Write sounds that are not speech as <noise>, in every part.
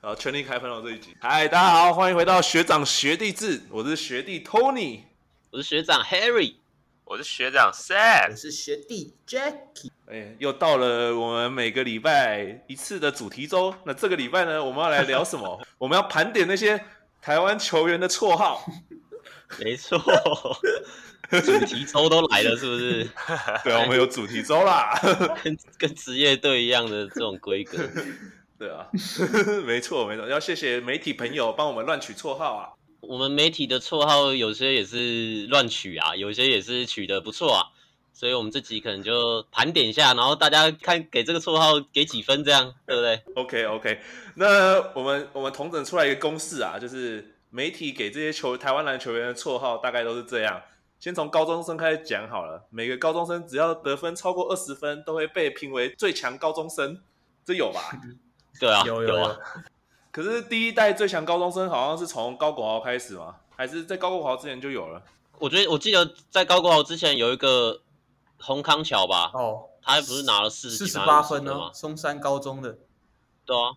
好，全力开喷哦到这一集。嗨，大家好，欢迎回到学长学弟制，我是学弟 Tony。我是学长 Harry，我是学长我 Sam，是学弟 Jackie，哎，又到了我们每个礼拜一次的主题周。那这个礼拜呢，我们要来聊什 <laughs> 么？我们要盘点那些台湾球员的绰 <laughs> 号。没 <laughs> 错，主题周都来了，是不是？对，啊我们有主题周啦。 <laughs> 跟跟职业队一样的这种规格，对啊， <laughs> 没错没错，要谢谢媒体朋友帮我们乱取绰号啊。我们媒体的绰号有些也是乱取啊，有些也是取得不错啊，所以我们这集可能就盘点一下，然后大家看给这个绰号给几分，这样对不对？ OK OK，那我们我们统整出来一个公式啊，就是媒体给这些球台湾篮球员的绰号大概都是这样。先从高中生开始讲好了，每个高中生只要得分超过二十分，都会被评为最强高中生，这有吧？对啊，有啊，有可是第一代最强高中生好像是从高国豪开始吗？还是在高国豪之前就有了？我觉得我记得在高国豪之前有一个洪康桥吧，哦，他不是拿了四四十十八分分吗哦，？松山高中的，对啊，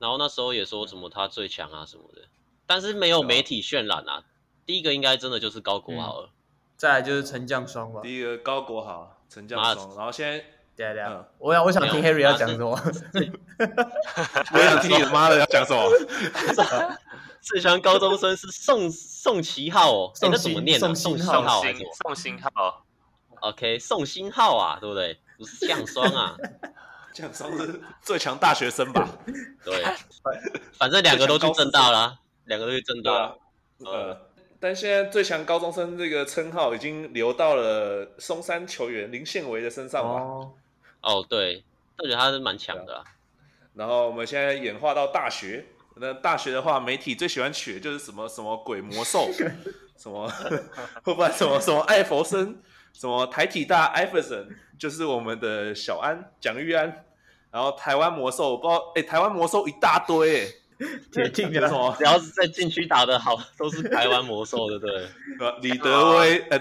然后那时候也说什么他最强啊什么的，但是没有媒体渲染啊。第一个应该真的就是高国豪了，再来就是陈将双吧。第一个高国豪、陈将妈双，然后现在对啊对嗯啊，我想我想听没有 Harry 要讲什么， <laughs> 我想听你妈的要讲什 <laughs> 么？最强高中生是宋宋其浩哦，哎宋那怎么新念呢、宋宋新新浩浩还星是什么宋星浩， ？OK，宋新浩啊，对不对？不是向双啊，讲双是最强大学生吧？对，反正两个都去正大啦、两个都去正大啦。，呃，但现在最强高中生这个称号已经流到了松山球员林宪维的身上了。哦，哦，对，我觉得他是蛮强的、啊，然后我们现在演化到大学，那大学的话，媒体最喜欢取的就是什么什么鬼魔兽，什么 <laughs> 会不然什么什么艾佛森，什么台体大艾弗森，就是我们的小安蒋玉安。然后台湾魔兽，我不知道，哎，台湾魔兽一大堆，哎，铁定有的什么只要是在禁区打得好，都是台湾魔兽，对不对？呃，李德威，呃，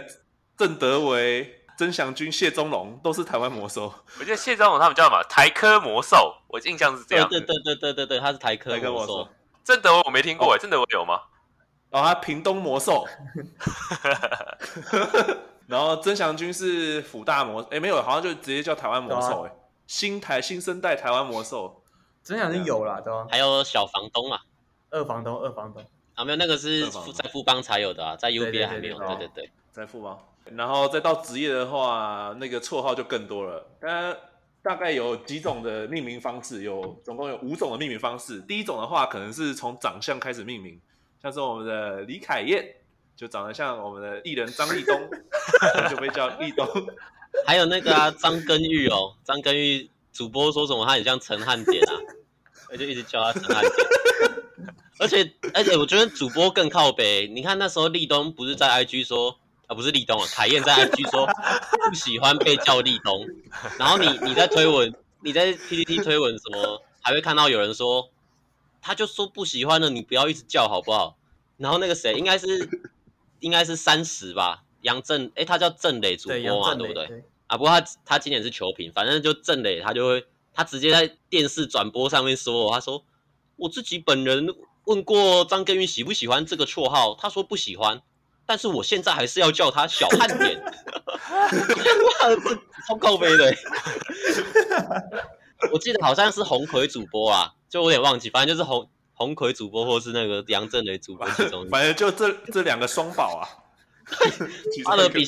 郑德维、曾祥军、谢宗龙都是台湾魔兽，我记得谢宗荣他们叫什么台科魔兽，我印象是这样。对对对对对对，他是台科台科魔魔兽兽。。郑德我没听过，欸郑德我有吗？然哦后他屏东魔兽，然后曾祥军是辅大魔，哎、没有，好像就直接叫台湾魔兽、诶新台新生代台湾魔兽，真想啊是有啦，对吧？还有小房东啊，二房东，二房东，啊没有，那个是二房富东在富邦才有的啊，在 UBA 还没有。对哦对对对对对，在富邦，然后再到职业的话，那个绰号就更多了。它大概有几种的命名方式，有总共有五种的命名方式。第一种的话，可能是从长相开始命名，像是我们的李凯燕，就长得像我们的艺人张立东，就被叫立东。还有那个啊张根玉哦，张根玉主播说什么他很像陈汉典啊，我就一直叫他陈汉典。而且而且我觉得主播更靠北，你看那时候立冬不是在 IG 说啊不是立冬啊，凯燕在 IG 说不喜欢被叫立冬，然后你你在推文你在 PPT 推文什么，还会看到有人说他就说不喜欢了，你不要一直叫好不好？然后那个谁应该是应该是三十吧，杨振哎他叫郑磊主对，杨播嘛振对磊，不对？啊，不过他他今年是球评，反正就郑磊他就会，他直接在电视转播上面说，他说我自己本人问过张根玉喜不喜欢这个绰号，他说不喜欢，但是我现在还是要叫他小汉典，哇这 <laughs> 超靠背的欸。我记得好像是红葵主播啊，就我有点忘记，反正就是红红葵主播或是那个杨振磊主播其中一个，反正就这这两个双宝啊，其他中一的个比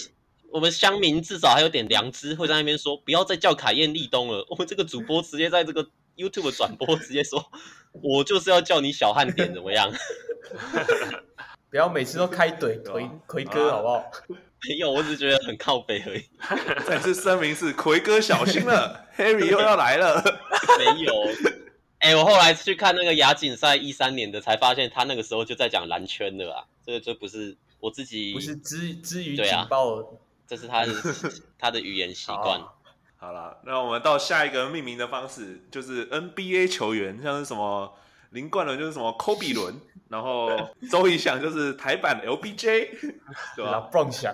我们乡民至少还有点良知，会在那边说不要再叫凯燕立冬了。我们这个主播直接在这个 YouTube 转播直接说，我就是要叫你小汉点怎么样？ <laughs> 不要每次都开怼对啊奎奎哥好不好？没有，我只是觉得很靠北而已。再次声明是奎哥小心了，Harry 又要来了。没有，哎、我后来去看那个亚锦赛一三年的，才发现他那个时候就在讲蓝圈的啊，这个就不是我自己，不是之之于对啊情报这是他的他的语言习惯。好好了，那我们到下一个命名的方式，就是 NBA 球员，像是什么林冠伦就是什么科比伦，然后周以翔就是台版 LBJ，对 <laughs> 啊老吧？棒翔，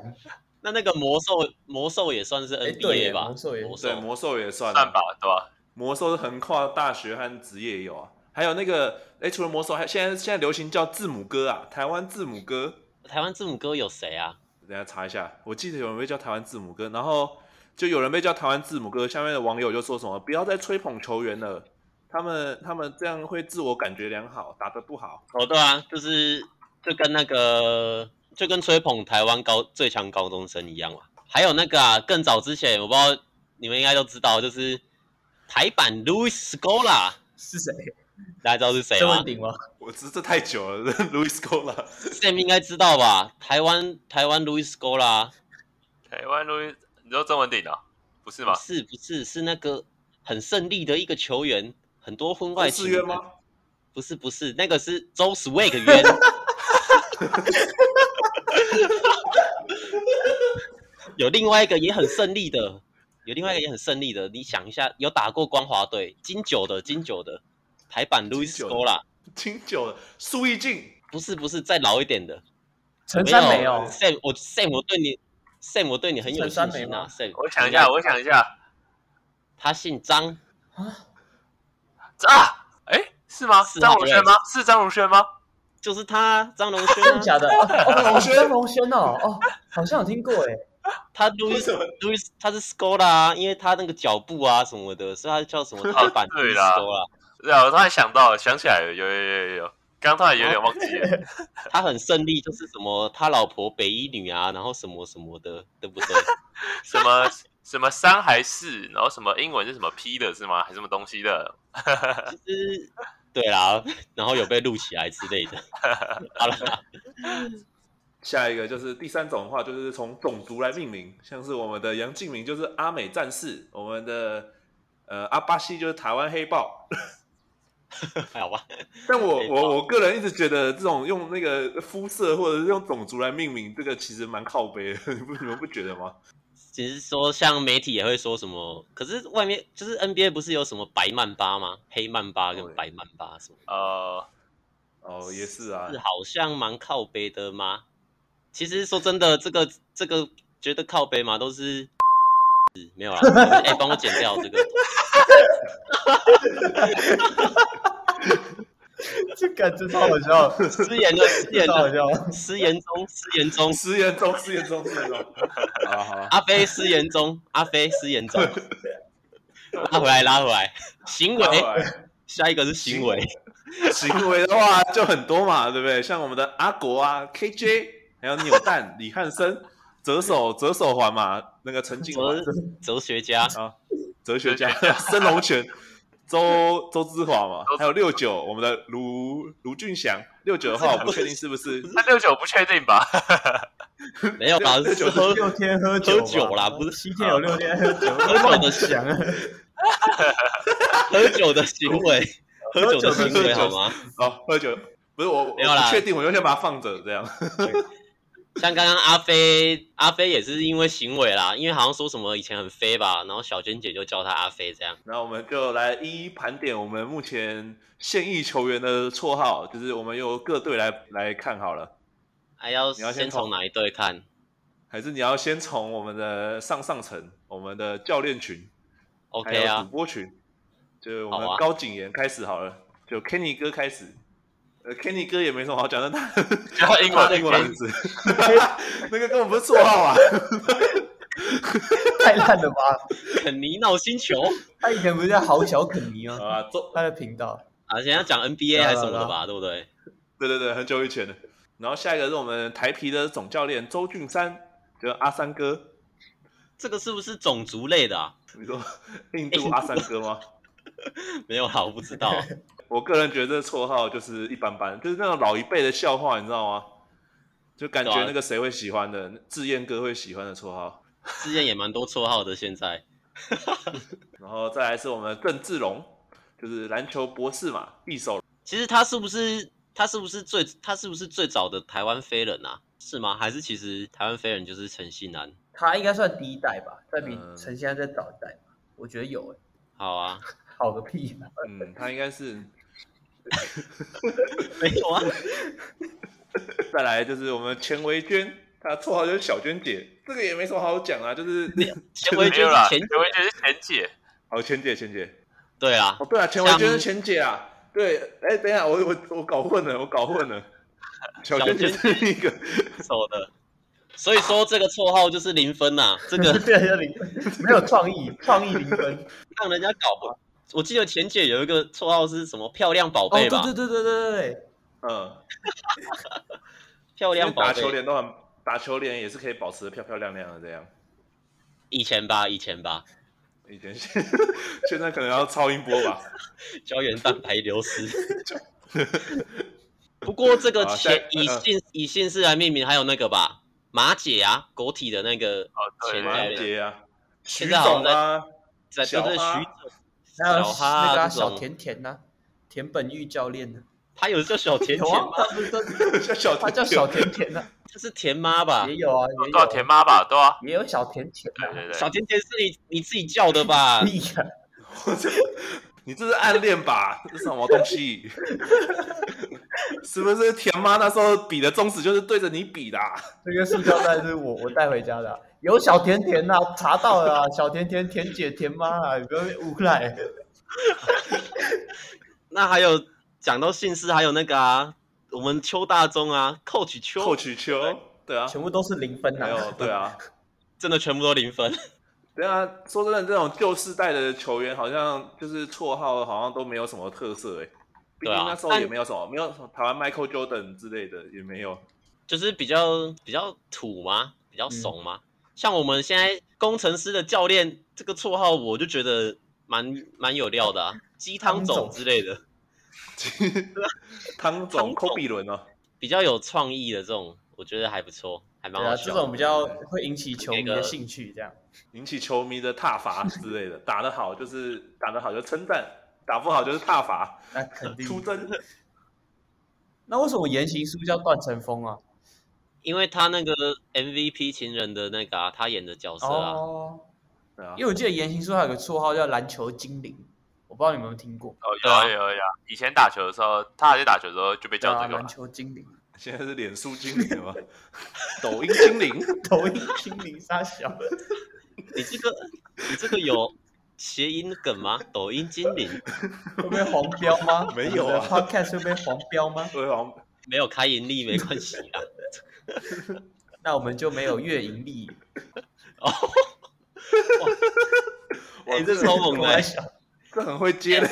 那那个魔兽魔兽也算是哎对耶 NBA 吧？魔兽也魔对，兽魔兽也算啊算吧，对吧？魔兽是横跨大学和职业也有啊。还有那个，哎，除了魔兽，还现在现在流行叫字母哥啊，台湾字母哥。台湾字母哥有谁啊？等一下查一下，我记得有人被叫台湾字母哥，然后就有人被叫台湾字母哥，下面的网友就说什么不要再吹捧球员了，他们他们这样会自我感觉良好，打得不好。哦，对啊，就是就跟那个就跟吹捧台湾高最强高中生一样嘛。还有那个啊，更早之前我不知道你们应该都知道，就是台版 Louis Scola，是谁？大家知道是谁郑吗文鼎吗？我这这太久了 <laughs> ，Louis Cola， ？Sam 应该知道吧？台湾台湾 Louis Scola 台湾路易，你说中文顶啊？不是吗不？是不是是那个很胜利的一个球员，很多婚外情四约吗？ <laughs> 不是不是，那个是周 Swag 冤。 <laughs> 有另外一个也很胜利的，有另外一个也很胜利的，你想一下，有打过光华队金九的金九的台版 Louis 金九的 Scola，挺久了，苏奕静，不是不是，再老一点的，陈哦没有山没 <laughs> Sam，有，我 Sam 我对你 Sam 我对你很有陈山信没心啊吗，Sam，我想一下，我我想一下，他姓张，啊，哎，是吗？是啊张荣轩吗？是张荣轩吗？就是他张荣轩真的 <laughs> 啊，假的？哦，龙轩，龙轩哦，哦，好像有听过哎。他 Louis 什么 Louis 他是 Scola，啊因为他那个脚步啊什么的，所以他叫什么台版对 Louis 啦 Scola。对啊，我突然想到了，想起来了，有有有有有，刚突然有点忘记了。他很胜利，就是什么他老婆北一女啊，然后什么什么的，对 <laughs> 不对？什么什么三还是，然后什么英文是什么 P 的是吗？还是什么东西的？就是对啦，然后有被录起来之类的。好了，下一个就是第三种的话，就是从种族来命名，像是我们的杨敬明就是阿美战士，我们的呃阿巴西就是台湾黑豹。好吧，但我黑豹我我个人一直觉得这种用那个肤色或者是用种族来命名，这个其实蛮靠背的，你 <laughs> 不你们不觉得吗？只是说像媒体也会说什么，可是外面就是 NBA 不是有什么白曼巴吗？黑曼巴跟白曼巴什么？呃，哦，也是啊是，好像蛮靠背的吗？其实说真的，这个这个觉得靠背嘛，都是没有啦。哎、帮我剪掉 <laughs> 这个。这个真超好笑，失言了，失言超好了，笑。失言中，失言中。失言中，失言中，失言中。 <laughs> 好啊了好了，阿飞失言中，阿飞失言 <laughs> 中，拉回来，拉回来。行 <laughs> 拉为，回来下一个是行为，啊行为的话就很多嘛，对不对？像我们的阿国啊、KJ，还有扭蛋、李汉生、折手折手环嘛，那个陈静华哲哲学家，啊，哲学家升龙拳，周周之华嘛，还有六九，我们的卢卢俊祥。六九的话，我不确定是不是那六九不确定吧？没有吧？这是九喝六天喝酒喝吧酒啦，不是七天有六天喝酒，喝酒的 <laughs> 想啊，喝酒的行为，喝酒的行为喝酒的好吗？哦，喝酒不是我，我没有啦不确定，我就先把它放着这样。 <laughs> 像刚刚阿飞，阿飞也是因为行为啦，因为好像说什么以前很飞吧，然后小娟姐就叫他阿飞这样。那我们就来一一盘点我们目前现役球员的绰号，就是我们由各队来来看好了。还啊要你要先先从从哪一队看？还是你要先从我们的上上层，我们的教练群 OK 还有啊主，播群，就我们好啊高景言开始好了，就 Kenny 哥开始。呃，Kenny 哥也没什么好讲的，他然后英 <laughs> 他的文英文名字，那个根本不是绰 <laughs> 号啊。太烂了吧？肯尼闹星球他以前不是叫好小肯尼哦吗？啊，周他的频道啊，现在讲 NBA 还是什么的吧，对不对？对对对，很久以前的。然后下一个是我们台皮的总教练周俊山，就是阿三哥。这个是不是种族类的啊？ <laughs> 你说印度阿三哥吗？没有啦，我不知道。我个人觉得这绰号就是一般般，就是那种老一辈的笑话，你知道吗？就感觉对啊那个谁会喜欢的，志燕哥会喜欢的绰号。之前也蛮多绰号的，现在然后再来是我们的郑志龙，就是篮球博士嘛，匕首。其实他是不是他是不是最他是不是最早的台湾飞人啊？是吗？还是其实台湾飞人就是陈信南？他应该算第一代吧，再比嗯陈现在再早一代吧，我觉得有哎，好啊， <laughs> 好个屁啊！嗯，他应该是。没有啊，再来就是我们钱维娟，她绰号就是小娟姐，这个也没什么好讲啊，就是钱维没娟有啦，是前我觉得是前姐，好钱姐钱姐。对啊哦，，对啊，钱维娟是钱姐啊，对，哎、等一下，我我我搞混了，我搞混了。小娟姐是另一个，手的。所以说这个绰号就是零分呐、这个对，要零， <laughs> 没有创意，创意零分。让人家搞混。我记得田姐有一个绰号是什么“漂 <laughs> 亮宝哦，贝”对吧？对对对对对，嗯，漂亮宝打球贝，脸都很，打球脸也是可以保持的漂漂亮亮的这样。以前吧，以前吧，以前 <laughs> 现在可能要超音波吧。胶原蛋白流 <laughs> 失。不过这个好下前以呃姓以姓氏来命名，还有那个吧，马姐啊，国体的那个哦，对前马面对，小杰啊，徐现在好总像啊，在小对对哈徐还有小哈啊那个啊这小种甜甜呐，田本玉教练呢？她有叫小甜有甜啊吗？，他不是都叫小他叫小甜甜 <laughs> 呐，她是甜妈吧也？有啊，也有都要啊田妈吧，对啊，也有小甜甜对啊。对对小，甜甜是你你自己叫的 <laughs> 吧？厉害，你这是暗恋吧？这是什么东西？ <laughs> 是不是田妈那时候比的宗旨就是对着你比的、啊？这个塑胶袋是我我带回家的啊，有小甜甜呐，查到了啊，小甜甜甜姐甜妈啊，你不要诬赖。啊那还有讲到姓氏，还有那个啊，我们邱大中啊，Coach 扣邱，取球，对啊，全部都是零分还有呐。对啊，真的全部都零分。对啊。说真的，这种旧世代的球员好像就是绰号好像都没有什么特色哎、欸。毕对竟啊那时候也没有什么，没有什么台湾 Michael Jordan 之类的也没有。 <laughs> 就是比较比较土吗？比较怂吗？像我们现在工程师的教练这个绰号，我就觉得蛮蛮有料的啊，鸡汤汤总总之类的，汤总、总科比伦哦，比较有创意的这种，我觉得还不错，还蛮对好啊，笑这的。种比较会引起球迷的兴趣，这样。引起球迷的挞伐之类的。打得好就是打得好就称赞，打不好就是挞伐、那肯定。出征。那为什么言行书叫段成风啊？因为他那个 MVP 情人的那个啊，他演的角色啊，哦，对啊因，为我记得言行书还有个绰号叫篮球精灵，我不知道你们有没有听过。哦有对啊啊有啊有啊，以前打球的时候，他还在打球的时候就对被叫啊，这个篮嘛，球精灵，现在是脸书精灵了吗？ <laughs> 抖音精灵，抖音精灵杀小，你这个你这个有谐音梗吗？抖音精灵会被黄标吗？没有啊我们的，Podcast 会被黄标吗？对王没有开盈利没关系啊。 <laughs> 那我们就没有月盈利。哦，哇哎，这超猛的我欸、在想，这很会接的，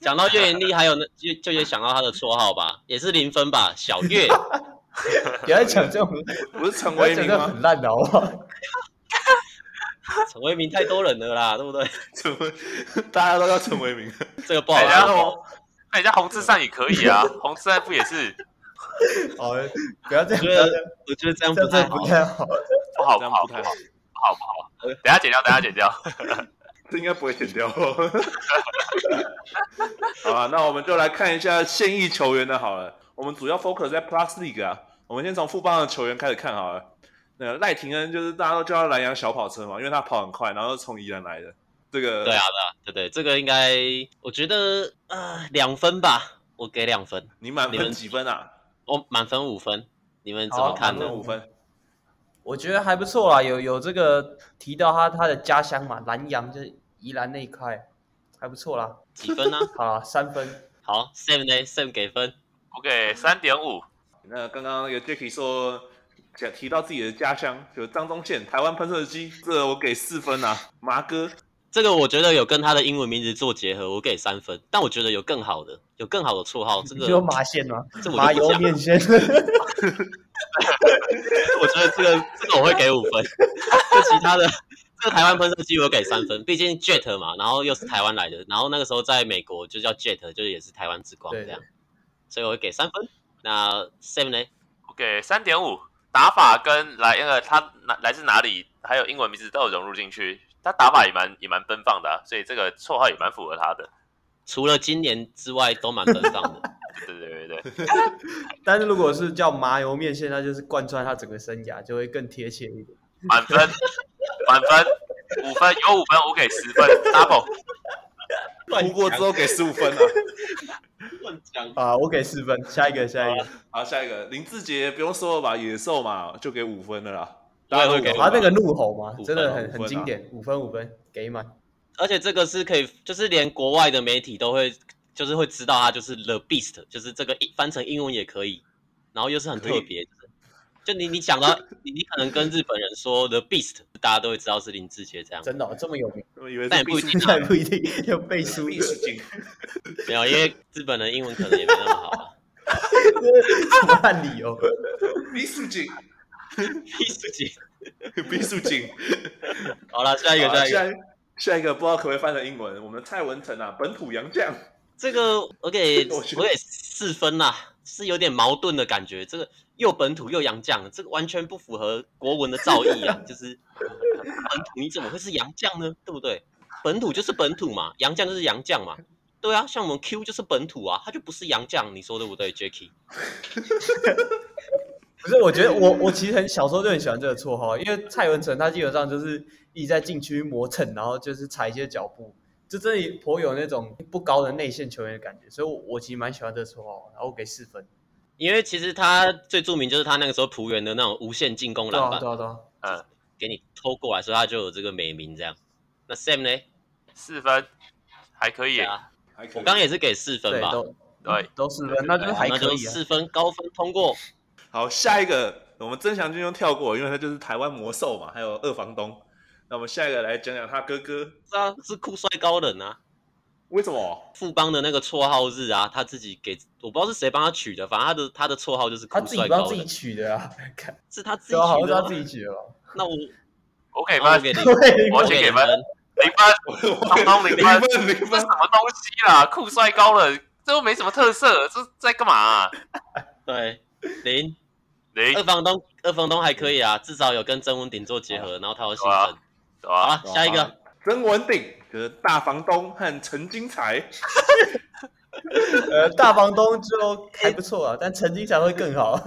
讲到岳云丽，还有那就就也想到他的绰号吧，也是零分吧，小 <laughs> 岳。不要讲这种，不是陈 <laughs> 不要威讲宁这种吗？很烂的好不 <laughs> 好？陈为民太多人了啦，对不对？陈威， <laughs> 大家都叫陈为民。这个不好哎然说。后那人家洪志善也可以啊，洪志善不也是好，哦不要这我觉样，不要得这样，我觉得这样这不太样真的好不。太好。不好这不样好不不太好不好不好，等下剪掉等下剪掉，这应该不会剪掉。 <laughs> 好啊吧，那我们就来看一下现役球员的好了。我们主要 focus 在 Plus League 啊，我们先从富邦的球员开始看好了。那个赖廷恩就是大家都叫他蓝洋小跑车嘛，因为他跑很快，然后从宜兰来的。这个对啊，对，啊，对对，这个应该我觉得呃两分吧，我给两分，你满你们分几分啊？我满分五分，你们怎么看满呢分？五分，我觉得还不错啦，有有这个提到他他的家乡嘛，南阳就是宜兰那一块，还不错啦。几分呢、好啦，三分，好，Sam 呢？Sam 给分，我给三点五，那刚刚那个 Jacky 说讲提到自己的家乡，就张宗宪，台湾喷射机，这我给四分啊，麻哥。这个我觉得有跟他的英文名字做结合，我给三分，但我觉得有更好的，有更好的绰号，这你个就马线吗？这我马就不油讲了，面线， <laughs> 我觉得这个这个我会给五分，就其他的这个台湾喷射机我给三分，毕竟 Jet 嘛，然后又是台湾来的，然后那个时候在美国就叫 Jet，就是也是台湾之光对这样，所以我会给三分。那 Sam 呢？我给三点五，打法跟来那个他哪来自哪里，还有英文名字都有融入进去，他打法也蛮也蛮奔放的啊、所以这个绰号也蛮符合他的。除了今年之外都蛮奔放的，对对对对对，但是如果是叫麻油面线，那就是贯穿他整个生涯，就会更贴切一点。满分满分五分有五分，我给十分 double。哭过之后给十五分啊。乱讲。啊，我给四分，下一个，下一个。好，下一个林志杰不用说了吧，野兽嘛，就给五分了啦。我也会给大家都五分啊，那个怒吼嘛五，分真的很啊五分啊很经典，五分五分给满。而且这个是可以，就是连国外的媒体都会就是会知道它就是 The Beast，就是这个一翻成英文也可以，然后又是很可以特别。就是就你你讲到你你可能跟日本人说 The Beast，大家都会知道是林志杰这样，真的、哦、这么有名？我以为但是也不必一须定 <laughs> 那不一定有背 <laughs> 书，必须进，没有，因为日本人英文可能也没那么好 <laughs> 啊。什么烂理由？必须 <laughs> 进，毕书尽，必须进。好了， <laughs> 下一个好啊下一个。下一下一个不知道可不可以翻成英文？我们的蔡文成啊，本土洋将，这个我给 <laughs> 我觉得我给四分啦，是有点矛盾的感觉。这个又本土又洋将，这个完全不符合国文的造诣 <laughs> 啊！就是本土你怎么会是洋将呢？对不对？本土就是本土嘛，洋将就是洋将嘛。对啊，像我们 Q 就是本土啊，他就不是洋将，你说对不对，Jacky？不是，我觉得我我其实很小时候就很喜欢这个绰号，因为蔡文成他基本上就是一直在禁区磨蹭，然后就是踩一些脚步，就真的颇有那种不高的内线球员的感觉，所以我我其实蛮喜欢这个绰号，然后我给四分。因为其实他最著名就是他那个时候浦原的那种无限进攻对篮啊板，对啊对啊，嗯，给你偷过来，所以他就有这个美名这样。那 Sam 呢？四分还可以对耶，啊，还可以我刚刚也是给四分对吧，都对，都四分，那就是还那可就以、啊。四分高分通过。好，下一个我们曾祥军就跳过，因为他就是台湾魔兽嘛，还有二房东。那我们下一个来讲讲他哥哥，是啊，是酷帅高冷啊，为什么？ <laughs> 富邦的那个绰号日啊，他自己给我不知道是谁帮他取的，反正他的他的绰号就是他酷自己不帅知道高自己冷，取的啊，看，是他自己对啊，好像取是的他吗。自己取的吧？那我我给那我分给你，对，我我给先给你分分，零分，通通零零分，分零这分什，么东西啦？酷帅高冷，这又没什么特色，这在干嘛啊？对零零二，房东二房东还可以啊，至少有跟曾文鼎做结合，然后他有新好生啊。对吧？啊， <laughs> 下一个曾文鼎就是大房东和陈金财，呃，大房东就还不错啊，但曾经才会更好。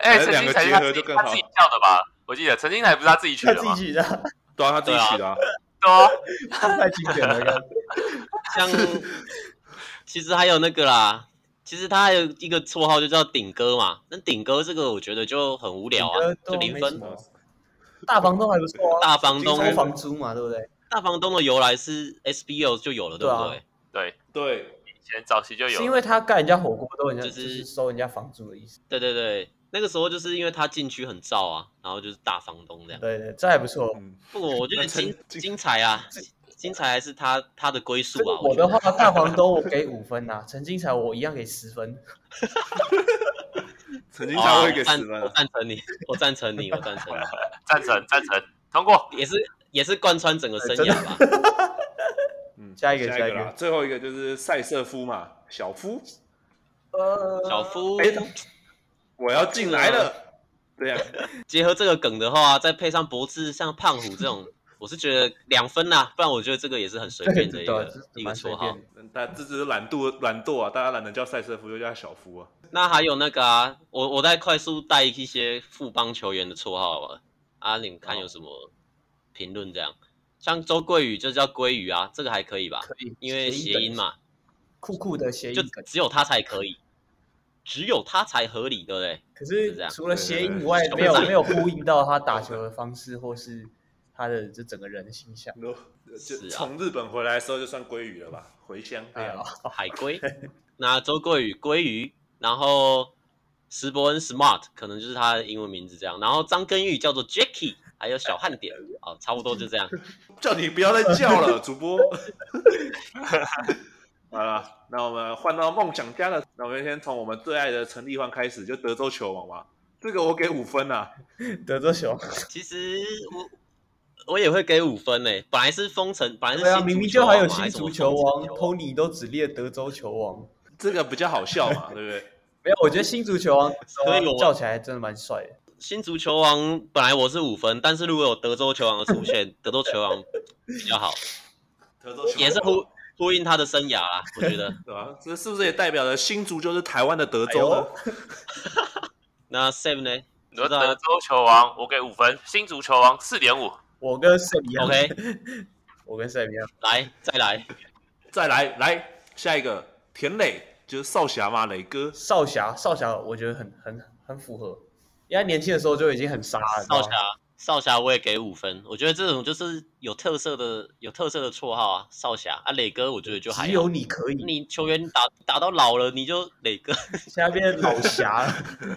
哎，反正陈两个金结才是他合自就己更他好自己叫的吧？我记得陈金才不是他自己取他的自己吗？取的啊，对啊，他自己对啊取的、啊。太经典对啊，了。看像， <laughs> 其实还有那个啦，其实他还有一个绰号就叫顶哥嘛，那顶哥这个我觉得就很无聊啊，就零分。。大房东还不错啊，大房东金收财房租嘛，对不对？大房东的由来是 SBO 就有了，对对啊不对？对，对，以前早期就有是因了，为他盖人家火锅都人家就是就是收人家房租的意思。对对对，那个时候就是因为他禁区很燥啊，然后就是大房东这样。对对，这还不错。嗯，不过我觉得那陈金金金彩啊，金彩还是他他的归宿这个啊。我我的觉话得，大房东我给五分呐，陈金才我一样给十分。陈金好财啊会给我赞十分我啊。赞成你，我赞成你，我赞成 <laughs> 你，赞成赞成通过。也是也是贯穿整个生真的涯吧。嗯，下一个下下一啦个，最后一个就是塞瑟夫嘛，小夫，呃，小夫哎他我要进来了。这 <laughs> 样，结合这个梗的话，再配上博智像胖虎这种，我是觉得两分 <laughs> 啦，不然我觉得这个也是很随对便的对一 <laughs> 对，个这一个蛮随绰便号的。。大这只是懒惰懒惰啊，大家懒得叫塞瑟夫，就叫他小夫啊。那还有那个啊，我我再快速带一些富邦球员的绰号啊，啊，你们看有什么评论这样？像周桂宇就叫鲑鱼啊，这个还可以吧？可以，因为谐音梗，嘛，酷酷的谐就音梗。只有他才可以，只有他才合理，对不对？可是是这样除了谐对音对以外，对没有对没有呼应到他打球的方式，或是他的这整个人的 <laughs> 形象。都就是啊从日本回来的时候就算鲑鱼了吧，回乡。啊哎呀，海龟， <laughs> 那周桂宇鲑鱼，然后石伯恩 Smart 可能就是他的英文名字这样，然后张根玉叫做 Jacky，还有小汉 <laughs> 典，哦，差不多就这样。叫你不要再叫 <laughs> 了，主播。好了，那我们换到梦想家了。那我们先从我们最爱的陈立焕开始，就德州球王嘛。这个我给五分啊，德州熊，其实我我也会给五分嘞、本来是封城，本来是对新啊，足明明球就王还有嘛新还是什足么球封王城球王， ，Tony 都只列德州球王。这个比较好笑嘛，对不对？没有，我觉得新足球王所以我叫起来真的蛮帅的。新足球王本来我是五分，但是如果有德州球王的出 <laughs> 现，德州球王比较好，德州球也是呼呼应他的生涯啦，我觉得。对吧？这是不是也代表了新竹就是台湾的德州呢？哎那 Sam 呢？你说知道啊德州球王，我给五分；新足球王四点五，我跟 Sam 一样 OK <laughs> 我跟 Sam 一样，来再来，再来来下一个田磊，就是少侠嘛，磊哥。少侠，少侠，我觉得很很很符合，因为他年轻的时候就已经很杀了。少你知侠道吗，少侠我也给五分，我觉得这种就是有特色的、有特色的绰号啊。少侠啊，磊哥，我觉得就还只好有你可以，你球员打打到老了，你就磊哥，现在变成 <laughs> 老侠了。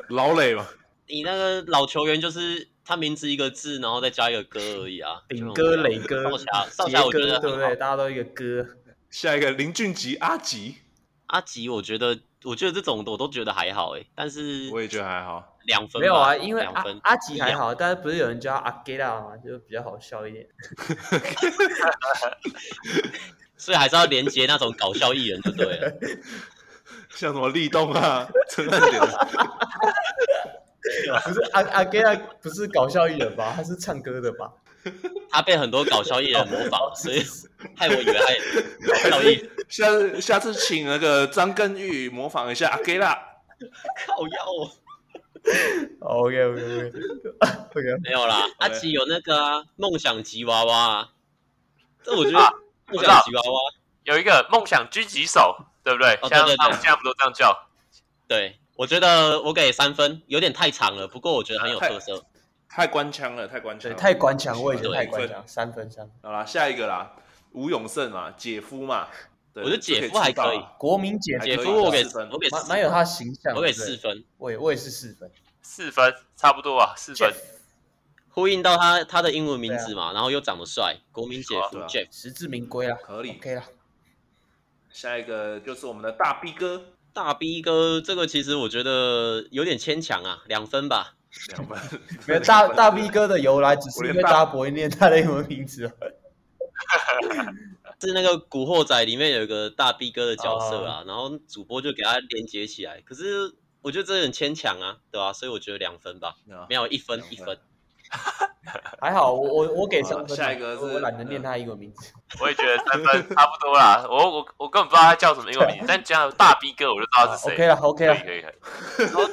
老磊嘛，你那个老球员就是他名字一个字，然后再加一个哥而已啊。顶就哥、很无聊磊哥、少侠，少杰侠我觉哥得对不很好对？。大家都一个哥，下一个林俊杰阿吉，阿吉，我觉得我觉得这种的我都觉得还好哎、但是我也觉得还好。两分吧没有啊，因为两阿分阿吉还好，但是不是有人叫他阿吉拉嘛，就比较好笑一点。 <laughs> 所以还是要连接那种搞笑艺人就对了。像什么立冬啊、陈汉典啊，不是阿阿吉拉不是搞笑艺人吧？他是唱歌的吧？他被很多搞笑艺人模仿，所以 <laughs> 害我以为他也搞笑艺人下次下次请那个张根玉模仿一下阿给啦。靠腰哦。 OK OK OK <laughs> OK，没有 <laughs> 啦，阿吉有那个啊，梦想吉娃娃啊，这我觉得啊梦想吉娃娃，有一个梦想狙击手，对不对？哦对像对对他们现在不都这样叫？对我觉得我给三分，有点太长了，不过我觉得很有特色。太官腔了，太官腔对，了，太官腔，我也觉得对太官分腔，三分三分。好啦，下一个啦，吴永胜嘛，姐夫嘛，对我觉得姐夫还可啊以国民姐还姐可以夫我给四分我给蛮四蛮有他的形象的，我给对四分，我也我也是四分。四分差不多啊，四分。呼应到他他的英文名啊字嘛，然后又长得帅，国民姐夫对啊 Jeff。实至名归啊合理。 ，OK 啦。下一个就是我们的大 B 哥，大 B 哥，这个其实我觉得有点牵强啊，两分吧。两分。没有大大 <laughs> B 哥的由来，只我是因连为大大家不会念他的英文名字而已。是那个《古惑仔》里面有一个大 B 哥的角色哦啊，然后主播就给他连接起来。可是我觉得这很牵强啊，对吧、所以我觉得两分吧，啊没有一分两一分。还好，我我我给三好分啊。下一个是嗯我我懒得念他英文名字。我也觉得三分差不多啦。我我我根本不知道他叫什么英文名字，但讲到大 B 哥我就知啊道他是谁。 OK 了，OK 可以了，可以可以。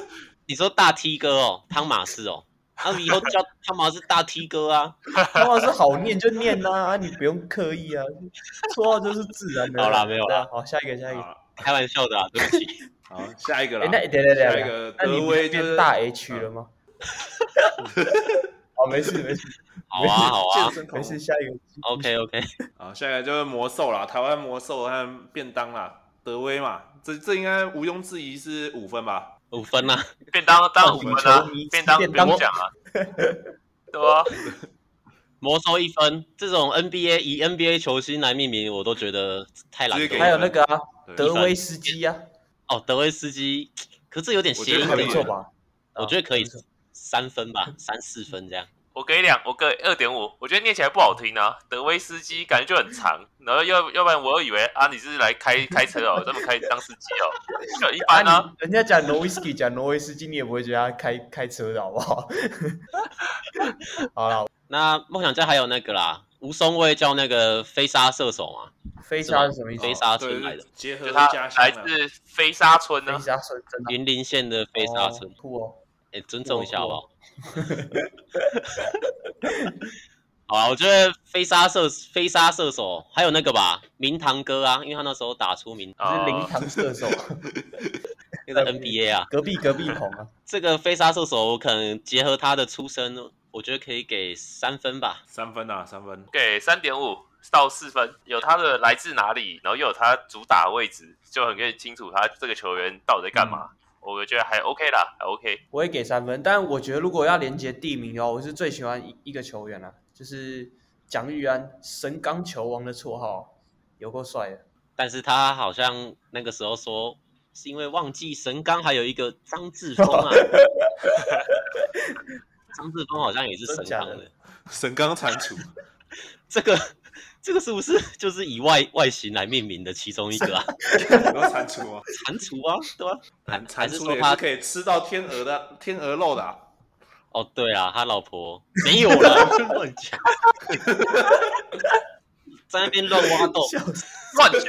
你说大 T 哥哦，汤马士哦，那、以后叫汤马士大 T 哥啊。他要是好念就念呐，啊你不用刻意啊，说话就是自然的。好啦没有啦对啊。好，下一个，下一个。好开玩笑的啊，对不起。好，下一个哎啦，。那等等下等一个等，那你德不威是就是啊嗯变大 H 了吗？ <laughs> 好，没事没事好啊，好啊健身没狂事，下一个。 ，OK OK。好，下一个就是魔兽啦，台湾魔兽和便当啦，德威嘛，这这应该毋庸置疑是五分吧？五分啊，便当当然五分啊棒球迷，便当便不当用讲啊。对啊，魔兽一分，这种 NBA 以 NBA 球星来命名，我都觉得太懒直接给惰还了。有那个啊，对德威斯基啊，哦，德威斯基，可是有点谐 <laughs> 我音觉得还可以不梗啊错吧？我觉得可以不错三分吧，三四分这样。我给两，我给二点五，我觉得念起来不好听啊。德威斯基感觉就很长，然后要要不然我又以为啊你是来开开车哦，这么开当司机哦，就一般啊。啊，你人家讲挪威斯基，讲挪威斯基，你也不会觉得他开开车的好不好？好了，那梦想家还有那个啦，吴松威叫那个飞沙射手嘛，飞沙是什么意思？飞飞沙对村来的，结合就他家乡来啊自飞沙村啊呢、沙是真的云林县的飞沙村哦，酷哦。哎、尊重一下好不我好？ <laughs> 好啊，我觉得飞沙射飞沙射手还有那个吧，明堂哥啊，因为他那时候打出名你哦是灵堂射手，那个 NBA 啊，隔壁隔壁棚啊，这个飞沙射手我可能结合他的出身，我觉得可以给三分吧。三分啊，三分。 <laughs> 给三点五到四分，有他的来自哪里，然后又有他主打位置，就很可以清楚他这个球员到底在干嘛。我觉得还 OK 啦，还 OK。我也给三分。但我觉得如果要连接地名的话，我是最喜欢一一个球员啊，就是蒋玉安，神钢球王的绰号，有够帅的。但是他好像那个时候说，是因为忘记神冈还有一个张志峰 <laughs> 啊，张志峰好像也是神冈真假的的，神冈蟾蜍，这个这个是不是就是以外外形来命名的其中一个啊？然后蟾蜍啊，蟾蜍啊，对吧、蟾蟾还是蜍说也他是可以吃到天鹅的天鹅肉的啊。哦，对啊，他老婆没 <laughs> 有了，乱讲，在那边乱挖洞，笑死！乱讲，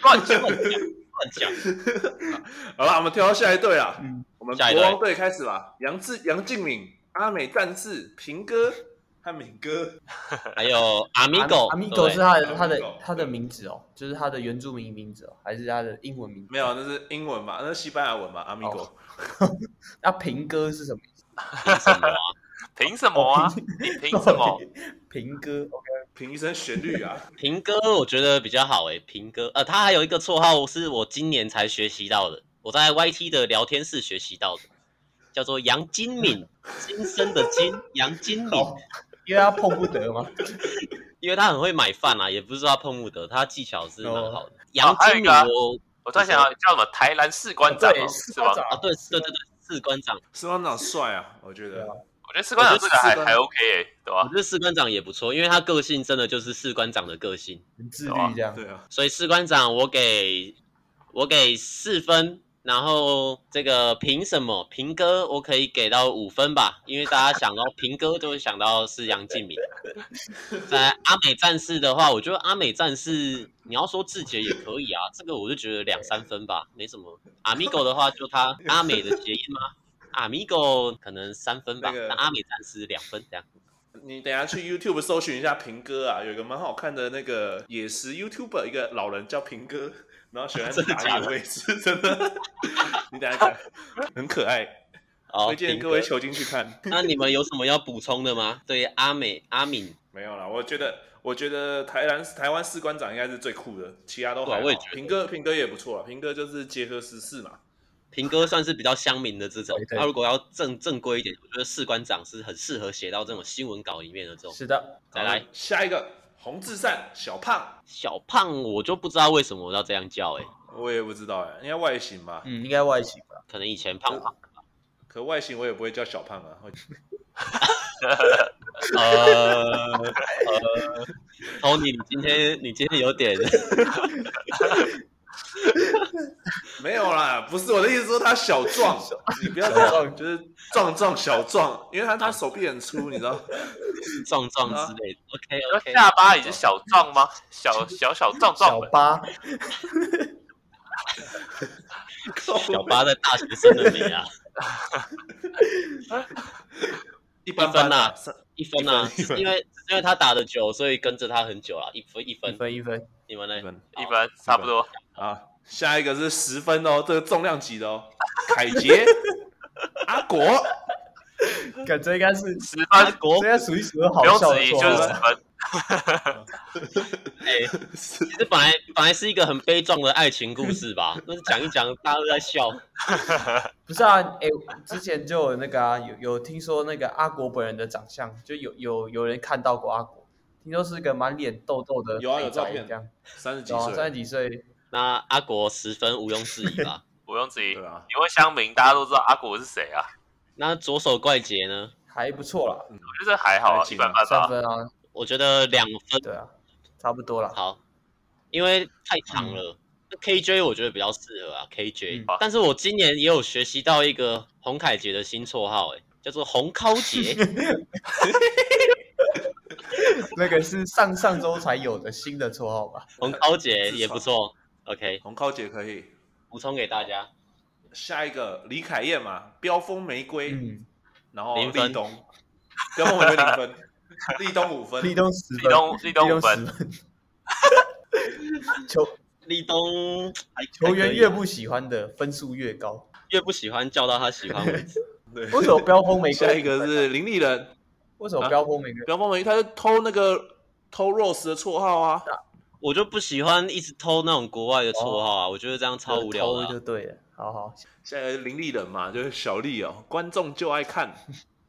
乱讲。乱讲，乱讲。好了，我们跳到下一队啦。嗯我们下一国队王队开始吧。杨志、杨敬敏、阿美战士、平哥和敏哥。还有阿米狗，阿米对不狗对是他的他 Amigo，的他的名字哦，就是他的原住民名字哦，还是他的英文名字？没有，那是英文哦嘛？那是西班牙文嘛？阿米狗哦。那平哥是什么？凭什么啊？凭什么啊？你凭什么？ <laughs> 平哥，OK，凭一身旋律 <laughs> 啊，平哥我觉得比较好诶，平哥，呃，他还有一个绰号是我今年才学习到的，我在 YT 的聊天室学习到的，叫做杨金敏，金生的金，杨金敏，好，因为他碰不得嘛。因为他很会买饭啊，也不是说他碰不得，他技巧是蛮好的。哦杨还有金一敏个啊我我突然想到叫什么台南士官长、哦，对，是巴吗？掌啊，对对对对，士官长，士官长帅啊，我觉对得啊。我觉得士官长这个我觉还得士官还 OK 哎、对我吧觉？得士官长也不错，因为他个性真的就是士官长的个性，很自律这样。对啊，所以士官长我给我给四分，然后这个凭什么平哥我可以给到五分吧，因为大家想到平哥就会想到是杨敬敏。在阿美战士的话，我觉得阿美战士你要说志杰也可以啊，这个我就觉得两三分吧，没什么。阿米狗的话就他阿美的谐音吗？阿米狗可能三分吧，那个那阿美战士两分这样。你等一下去 YouTube 搜寻一下平哥啊，有一个蛮好看的那个野食 YouTuber，一个老人叫平哥，然后喜欢 <laughs> 真的打假野的位置，真的。你等一下看，很可爱，哦，推荐平各哥位球精去看。那你们有什么要补充的吗？对阿美、阿敏，没有啦，我觉得，我觉得台南台湾士官长应该是最酷的，其他都对啊还好我也觉。得平哥平哥也不错啊，平哥就是结合时事嘛。平哥算是比较乡民的这种对。对他、如果要正正规一点，我觉得士官长是很适合写到这种新闻稿里面的这种。是的，再来，下一个洪志善小胖，小胖，我就不知道为什么我要这样叫哎、我也不知道哎、应该外形吧，嗯，应该外形吧。可能以前胖胖，可外形我也不会叫小胖啊， <laughs> 我呃呃，Tony，你今天你今天有点没有啦，不是我的意思，说他小 <laughs> 壮，你不要这小样，壮就是壮壮小壮，因为他他手臂很粗，你知 <laughs> 道，壮壮之类的。OK 你说 OK，下巴也是小壮吗？小小小壮壮小的，八，小八在大学生的你啊，一般一般分啊三一分啊，一分因为因为他打的久，所以跟着他很久了，一分一一分。分一分，你们呢一？分一般差不多。啊。下一个是十分哦，这个重量级的 <laughs> 哦，凯杰、阿果，感觉应该是，十分，国应该数一数二好哦不用笑的质疑，绰就是号十分。哎、其实本来本来是一个很悲壮的爱情故事吧，但是讲一讲，大家都在笑。不是啊，哎、之前就有那个啊，有有听说那个阿国本人的长相，就有有有人看到过阿国，听说是个满脸痘痘的有啊有肥仔照片这样，三十几然后哦三岁十，几岁，那阿国十分毋庸置疑吧。不用质疑对。啊，因为乡民大家都知道阿果是谁啊，那左手怪杰呢？还不错啦，我觉得还好还啊，一行啊般般三吧。分啊，我觉得两分对啊，差不 <laughs> 多啦。好，因为太长了。那 KJ 我觉得比较适合啊，KJ、嗯好但是我今年也有学习到一个洪凯杰的新绰号、欸，叫做洪高杰。那个是上上周才有的新的绰号吧？洪高杰自也不错。OK，红高姐可以。补充给大家。下一个李凯燕嘛，飙风玫瑰，嗯，然后零分立冬，飙风玫瑰零分，立冬五分， <laughs> 立冬十分，立冬立冬立五十分，分。球立冬还球员越越不喜欢的分数越高。哎越不喜欢叫到他喜欢为止。对为什么飙风玫瑰？下一个是林立人， <laughs> 为什么飙风玫瑰？飙风玫瑰，他是偷那个偷 Rose 的绰号啊，我就不喜欢一直偷那种国外的绰号啊，我觉得这样超无聊的啊、偷就哦对了。好好，现在林立人嘛，就是小丽哦，观众就爱看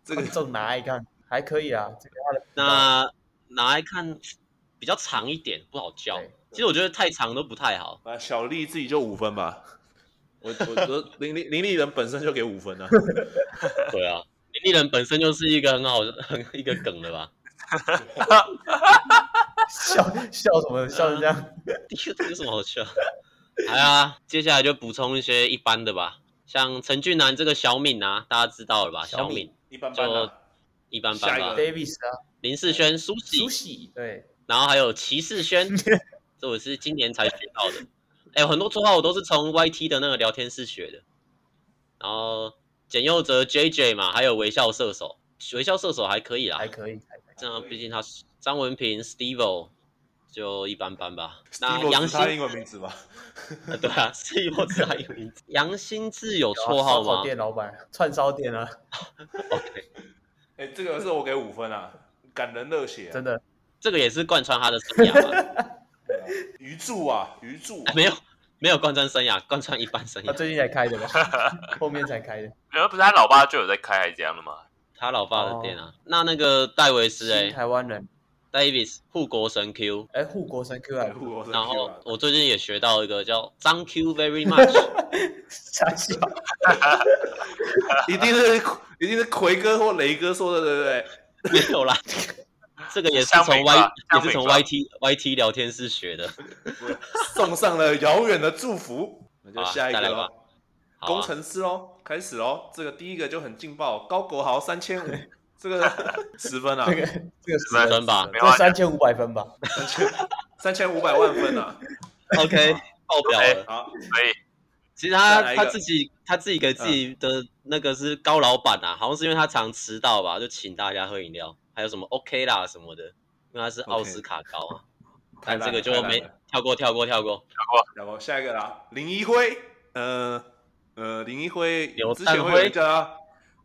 这个观众拿来看，还可以啊。这个他的那拿来看比较长一点，不好教对。其实我觉得太长都不太好。啊，小丽自己就五分吧。我我我林立林立人本身就给五分啊， <laughs> 对啊，林立人本身就是一个很好的 <laughs> 很一个梗了吧？ <laughs> 笑笑 <laughs> 什么笑成这样？有什么 <laughs> 好笑？哎呀，接下来就补充一些一般的吧，像陈俊南这个小敏啊，大家知道了吧？小小敏敏一般般啊。一般下般一个吧。 Davis 啊，林世轩、苏喜苏，喜对，然后还有齐世轩，这我是今年才学到的。哎，很多绰号我都是从 YT 的那个聊天室学的。然后简佑哲 JJ 嘛，还有微笑射手，微笑射手还可以啦，还可以，还可以。这样，毕竟他是张文平、Steve 就一般般吧。那 Steve-O 杨是他的新英文名字吗？呃对啊，Steve 是他一个名字。杨新志有有啊绰号烧烤 <laughs> 吗店老板，串烧店啊， ？OK，哎、这个是我给五分啊，感人热血、啊，真的。这个也是贯穿他的生涯吧？ <laughs> 对啊鱼柱啊，鱼柱、哎没有，没有贯穿生涯，贯穿一半生他涯。最近才开的吧？后面才开的。然后不是他老爸就有在开还是这样的吗？他老爸的店啊，那那个戴维斯新哎、台湾人， Davis 护国神 Q，哎，护国神 Q 哎啊，护国神然 Q 后啊，我最近也学到一个叫张 Q very <laughs> much，傻笑。啊一定是一定是奎哥或雷哥说的，对不对？没有啦，这个也是香从米吧 Y 也是香从米吧 YT YT 聊天室学的。送上了遥远的祝福。那就好啊下一再个来吧咯好工啊，程师喽，开始喽。这个第一个就很劲爆，高国豪三千 <laughs> 五，这个十分啊这，个这个十分吧没啊这话讲三千五百分吧？三千五百万分 <laughs> 啊。 OK 爆表了。哎好，所以其实他再来一个他自己他自己给自己的那个是高老板啊，好像是因为他常迟到吧，就请大家喝饮料，还有什么 OK 啦什么的，因为他是奥斯卡高啊。太烂但这了个就太没烂了跳过跳过跳过。然后下一个啦，林一辉，呃呃，林一辉刘之前灿会辉有人叫他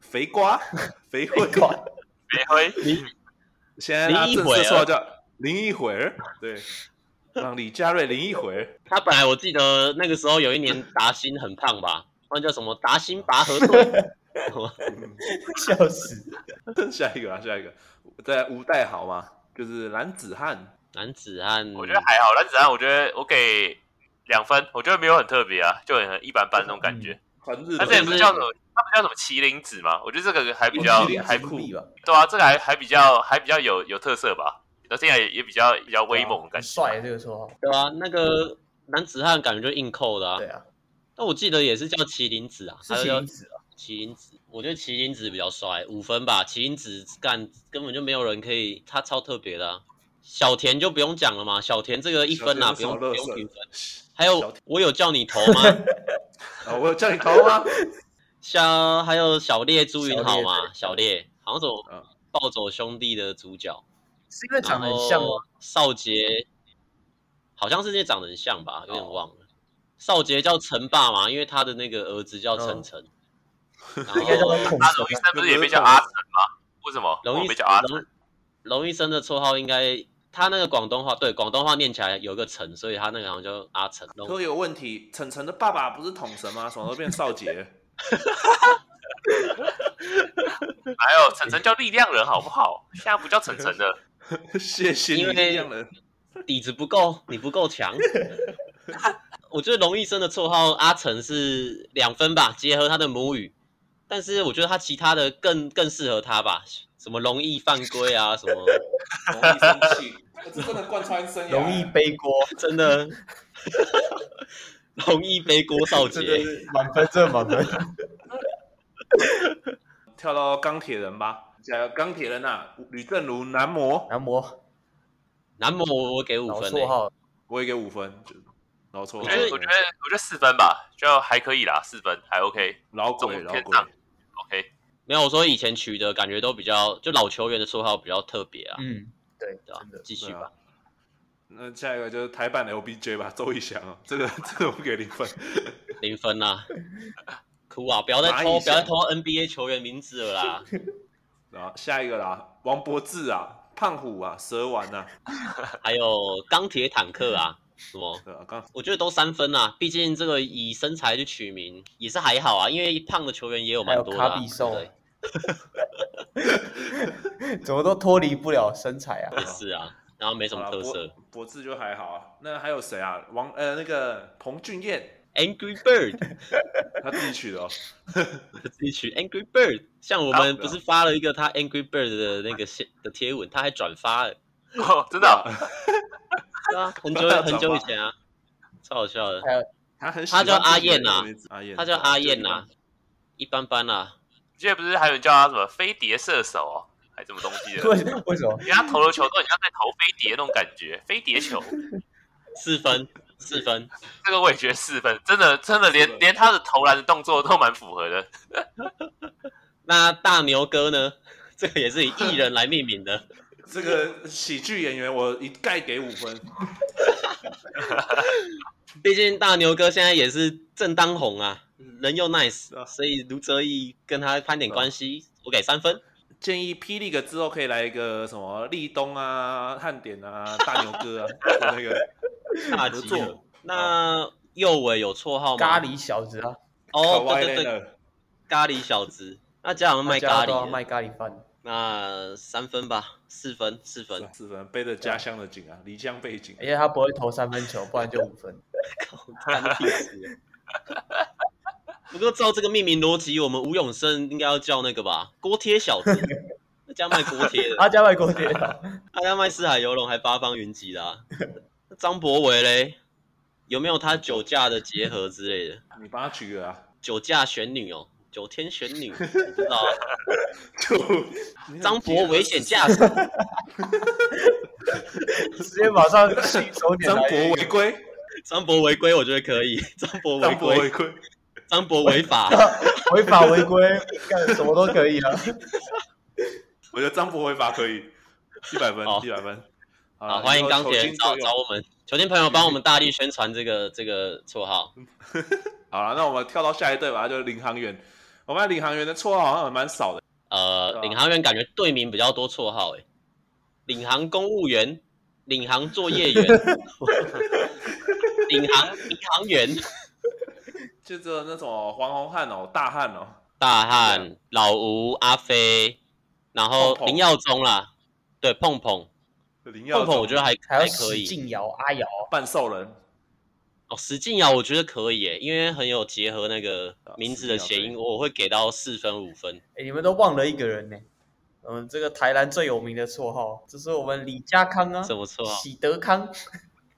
肥 <laughs> 瓜，肥辉，别灰，现在他林一啊正会式儿说叫林一会儿，对，让李佳瑞林一会儿， <laughs> 他本哎来我记得那个时候有一年达欣很胖吧，那叫什么达欣拔河 <laughs> 队，笑死！下一个啦，下一个，在吴代豪嘛，就是蓝子翰，男子汉。我觉得还好。但子安，我觉得我给两分，我觉得没有很特别啊，就很很一般般那种感觉。很日他本这也不就是的叫什么，他不叫什么麒麟子吗？我觉得这个还比较麒麟子还酷吧？对啊，这个还还比较还比较有有特色吧，那听起来也也比较比较威猛的很感觉。帅这个绰号。对啊，那个男子汉感觉就硬扣的啊对。啊，但我记得也是叫麒麟子啊，是还有麒叫麟子啊，麒麟子，我觉得麒麟子比较帅，五分吧。麒麟子干根本就没有人可以，他超特别的啊、小田就不用讲了嘛，小田这个一分啊，小不田是用不用什么垃圾评分。还有我有叫你投 <laughs> 吗？啊，我有叫你投吗？像还有小烈朱云好嘛，小小烈烈好像是我嗯暴走兄弟的主角，是因为然长得很像吗后？少杰好像是因为长得很像吧，有点哦忘了。少杰叫陈霸嘛，因为他的那个儿子叫晨 <laughs> 晨，然嗯应该叫后他孔他荣医神生不是也被叫阿成吗？为什么？ <laughs> 龙我医被叫阿成，龙龙医生的绰号应该他那个广东话对广东话念起来有个陈，所以他那个好像叫阿陈。龙可有问题，晨晨的爸爸不是统神吗？什么都变少 <laughs> 杰？还有晨晨叫力量人好不好？现在不叫晨晨的，谢谢你因为这样人，底子不够，你不够强。我觉得龙医生的绰号阿成是两分吧，结合他的母语，但是我觉得他其他的更更适合他吧，什么容易犯规啊，什 <laughs> 么 <laughs> 容易生气，这真的贯穿 <laughs> 生涯，容易背锅，真的 <laughs> 容易背锅少真的杰。是满分，真的满分。 <laughs> 跳到钢铁人吧。讲钢铁人啊，吕正如男模，男模男模我我给五老分、绰欸，号，我也给五分，就老错 <laughs> 我了觉，得我觉得我觉得四分吧，就还可以啦，四分还 OK 老鬼老中鬼偏上 OK。没有我说以前取的感觉都比较，就老球员的绰号比较特别啊，嗯，对，对吧真？的继续对啊吧，那下一个就是台版的 LBJ 吧，周以翔啊， <laughs> 这个这个我给零分。零分啊，哭啊！不要再蚂蚁偷，神不要再偷 NBA 球员名字了啦。然后啊下一个啦，王柏志啊，胖虎啊，蛇丸啊，还有钢铁坦克啊，什么？对啊，刚我觉得都三分啊，毕竟这个以身材去取名也是还好啊，因为胖的球员也有蛮多的、还啊。有卡比兽对 <laughs> 怎么都脱离不了身材啊 <laughs> 不对，也是啊，然后没什么特色。博博啊智就还好啊。那还有谁啊？王呃那个彭俊彦， Angry Bird，他自己取的哦。自己取 Angry Bird，像我们啊不是发了一个他 Angry Bird 的那个线的贴文，他还转发了，哦，真的啊，对啊，很久转发很久以前啊，超好笑的。他很喜他欢叫阿自己的燕啊名字，阿燕，他叫阿燕呐、啊啊，，一般般啦、啊。之前不是还有人叫他什么飞碟射手哦，还什么东西的？为为什么？ <laughs> 人家投的球都很像在投飞碟那种感觉，飞 <laughs> 碟球。四分，四分，这个我也觉得四分，真的真的连连他的投篮的动作都蛮符合的。那大牛哥呢？ <laughs> 这个也是以艺人来命名的，这个喜剧演员我一概给五分。毕竟大牛哥现在也是正当红啊，人又 nice，啊所以卢哲义跟他攀点关系，我给三分。建议霹雳个之后可以来一个什么立冬啊、汉典 <laughs> 啊、大牛哥啊那个大合吉作了。那右尾有绰号吗？咖喱小子啊，哦， Kawhi 对对对， Leonard 咖喱小子。那家长卖大家咖都要喱的，卖咖喱饭，那三分吧，四分，四分。四分背着家乡的景啊，离乡背景哎因为他不会投三分球，不然就五分。干屁事 <laughs> 啊不过照这个命名逻辑，我们吴永生应该要叫那个吧，锅贴小子，那家卖锅贴的，阿加外国街 <laughs> 啊，他家卖四海游龙还八方云集啦。那张博维嘞，有没有他酒驾的结合之类的？你帮他取个 <laughs> 啊，酒驾玄女哦，九天玄女，我不知 <laughs> 道啊。就张博危险驾驶，直接马上信手拈张来博违规，张博违规，我觉得可以。张博违张博违规，规，张博违法， <laughs> 违法违规，干什么都可以啊。我觉得张博违法可以，一百分好，一百分。好好，啦啊欢迎以后钢铁球人星找队友找我们，球星朋友帮我们大力宣传这个这个绰号。好了，那我们跳到下一队吧，就是领航员。我们领航员的绰号好像蛮少的，对呃，啊领航员感觉队名比较多绰号，哎，领航公务员、领航作业 <laughs> 员、领航民航员、就只有那种黄宏汉哦、大汉哦、大汉、老吴、阿飞，然后碰碰林耀宗啦，对，碰碰林耀碰碰，宗我觉得还还有还可史以。劲哎尧、阿尧，半兽人，哦，石敬尧我觉得可以耶，因为很有结合那个啊名字石敬的尧谐可以音，我会给到四分五分。哎，你们都忘了一个人呢。嗯，这个台南最有名的绰号，这是我们李家康啊，怎么错？喜德康，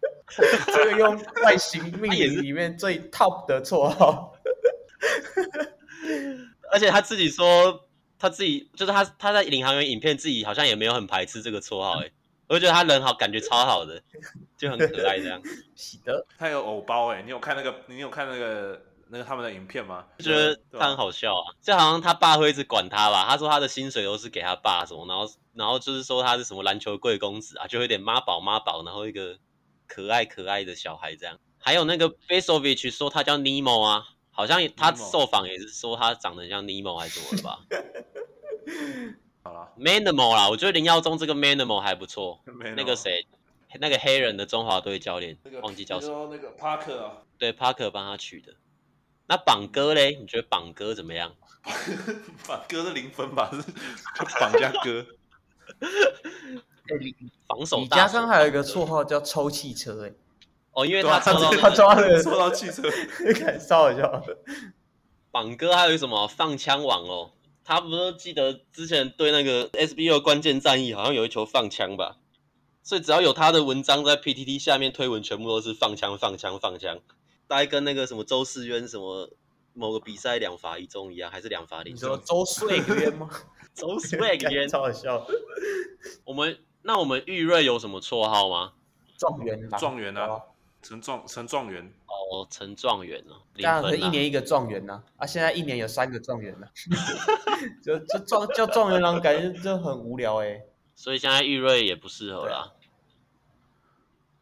<laughs> 这个用外形命他也是名里面最 top 的绰号。而且他自己说，他自己就是他他在领航员影片自己好像也没有很排斥这个绰号，哎，啊我就觉得他人好，感觉超好的，就很可爱这样。喜德，他有偶包哎、你有看那个？你有看那个那个他们的影片吗？就觉得对他很吧？好笑啊，就好像他爸会一直管他吧，他说他的薪水都是给他爸什么，然后然后就是说他是什么篮球贵公子啊，就有点妈宝妈宝，然后一个可爱可爱的小孩这样。还有那个 Besovich 说他叫 Nemo 啊，好像也他 Nemo 受访也是说他长得很像 Nemo 还是什么的吧 <laughs> 好了， ？Manimal 啦，我觉得林耀宗这个 Manimal 还不错，没有那个，谁，那个黑人的中华队教练那个忘记叫什么，么？那个 Parker 啊， <laughs> 对 Parker 帮他取的。那榜哥嘞？你觉得榜哥怎么样？榜哥是零分吧？是就绑架 <laughs> 哥，哎，李防守李大家神康还有一个绰号叫抽汽车，哎，哦，因为对啊他抽到这那 <laughs> 他个抓了，说到汽车，看超好笑。榜哥，还有什么放枪王哦？他不是记得之前对那个 SBO 关键战役好像有一球放枪吧？所以只要有他的文章在 PTT 下面推文，全部都是放枪、放枪、放枪，大概跟那个什么周世渊什么某个比赛两罚一中一样，还是两罚零你中？说周岁渊吗？周 <laughs> swag 干 <laughs> 冤超好笑。我们那我们玉瑞有什么绰号吗？状元吧，哦状元啊好吧，陈状陈状元，哦，陈状元哦，零当然是分一年一个状元呐、啊，现在一年有三个状元了、啊 <laughs> 就就状叫状元郎，感觉就很无聊哎、所以现在玉瑞也不适合啦。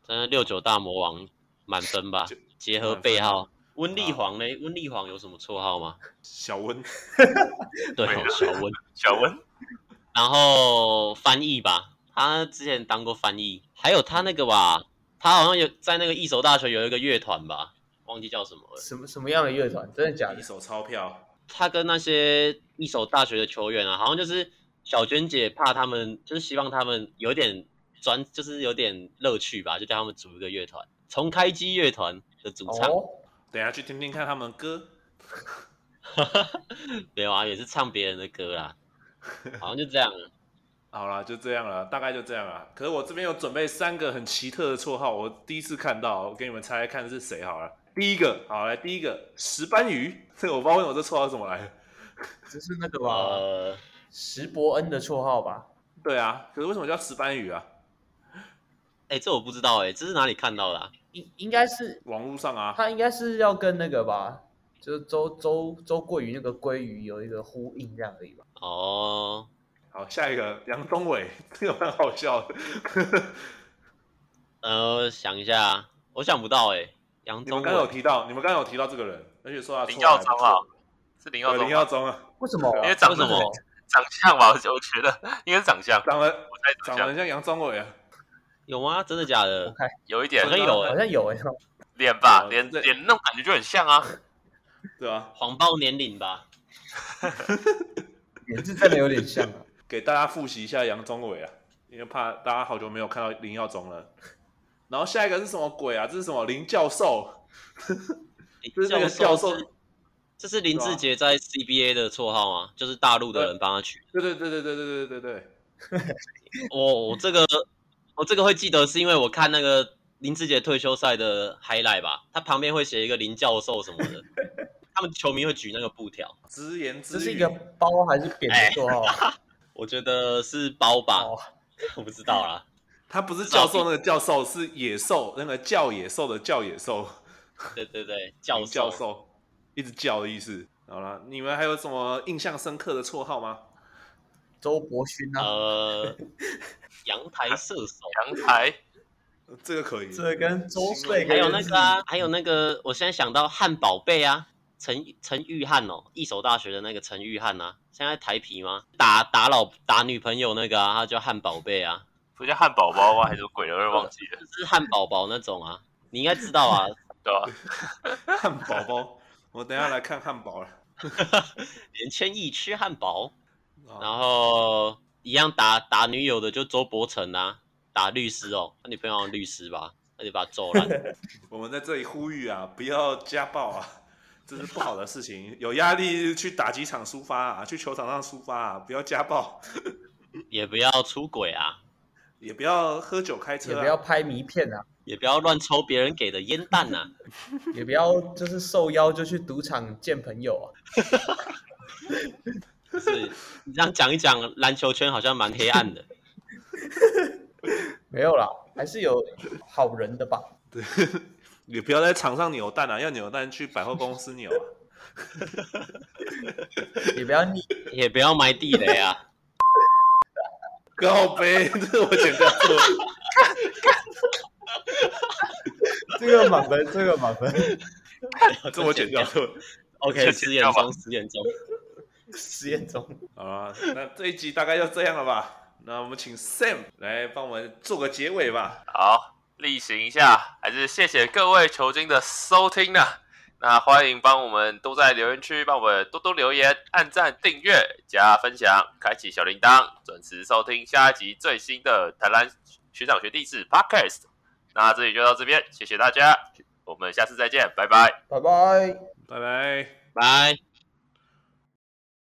现在六九大魔王满分吧就，结合背号。啊温丽煌呢？温丽煌有什么绰号吗？小温， <laughs> 对没哦有，小温。小温然后翻译吧，他之前当过翻译，还有他那个吧，他好像有在那个一手大学有一个乐团吧，忘记叫什么了。什么什么样的乐团？真的假一的？手钞票，他跟那些一手大学的球员啊，好像就是小娟姐怕他们，就是希望他们有点专，就是有点乐趣吧，就叫他们组一个乐团，从开机乐团的主唱，哦，等一下去听听看他们的歌。 <laughs> 没有啊，也是唱别人的歌啦，好像就 <laughs> 这样了。好啦，就这样了，大概就这样了。可是我这边有准备三个很奇特的绰号，我第一次看到，我给你们猜猜看是谁好了。第一个，好来，第一个石斑鱼， <laughs> 这个我不知道为什么这绰号是怎么来的。这是那个吧，呃，石伯恩的绰号吧？对啊，可是为什么叫石斑鱼啊？哎、这我不知道哎、这是哪里看到的、啊？应应该是网络上啊，他应该是要跟那个吧，就是周周周桂鱼那个鲑鱼有一个呼应这样而已吧？哦，好，下一个杨宗纬，这个蛮好笑的。呃，想一下，我想不到哎、你杨们宗刚刚有纬提到，你们刚刚有提到这个人，而且说他绰林号耀还宗不啊错，是林耀对宗林吗，耀宗啊，为什么？因为长为什得么？长相吧，我我觉得应该是长相，长得我猜长长得相很像杨宗纬啊，有吗？真的假的？有一点好像有好像有哎、脸吧，有脸对脸那种感觉就很像啊。对啊吧？谎报年龄吧。也是真的有点像 <laughs> 啊。给大家复习一下杨宗纬啊，因为怕大家好久没有看到林耀宗了。然后下一个是什么鬼啊？这是什么林教授？就是那个教授是，这是林志杰在 CBA 的绰号吗？就是大陆的人帮他取的。对对对对对对对对对，我我这个我这个会记得，是因为我看那个林志杰退休赛的 highlight 吧，他旁边会写一个林教授什么的， <laughs> 他们球迷会举那个布条。直言之这语。是一个包还是扁的绰号啊？我觉得是包吧，哦我不知道啦。他不是教授那个教授，是野兽那个叫野兽的叫野兽，对 <laughs> 对对，教教授。授一直叫的意思。好了，你们还有什么印象深刻的绰号吗？周伯勋啊，呃，阳台射手，阳台这个可以，这跟周岁还有那个啊，还有那个，我现在想到汉堡贝啊，陈陈玉翰哦，一手大学的那个陈玉翰啊，现在台皮吗？打打老打女朋友那个啊，他叫汉堡贝啊，不叫汉堡包啊吗？还是什么鬼的？我有点忘记了，就是汉堡包那种啊，你应该知道 <laughs> 啊，对吧？汉堡包，我等一下来看汉堡了。连千亿吃汉堡，啊，然后一样打打女友的就周伯成啊，打律师哦，他女朋友好像律师吧，那就把他揍 <laughs> 烂。我们在这里呼吁啊，不要家暴啊， <laughs> 这是不好的事情。有压力去打几场抒发啊，去球场上抒发啊，不要家暴，也不要出轨啊，也不要喝酒开也车、不要啊。拍迷片啊，也不要乱抽别人给的烟弹啊呐、也不要就是受邀就去赌场见朋友啊。就是你这样讲一讲，篮球圈好像蛮黑暗的。没有啦，还是有好人的吧？也不要在场上扭蛋啊，要扭蛋去百货公司扭啊。 <laughs> 也不要腻。也不要埋地雷啊！告杯，这是我剪掉的。 <laughs> 这个满分，这个满分， <laughs> 这我剪掉的。 OK，失言中，失言中。 <laughs> 实验中。好了，那这一集大概就这样了吧？那我们请 Sam 来帮我们做个结尾吧。好，例行一下，还是谢谢各位球精的收听呢。那欢迎帮我们都在留言区帮我们多多留言、按赞、订阅、加分享、开启小铃铛，准时收听下一集最新的台湾学长学弟制 Podcast。那这里就到这边，谢谢大家，我们下次再见，拜拜。拜拜。拜拜。拜。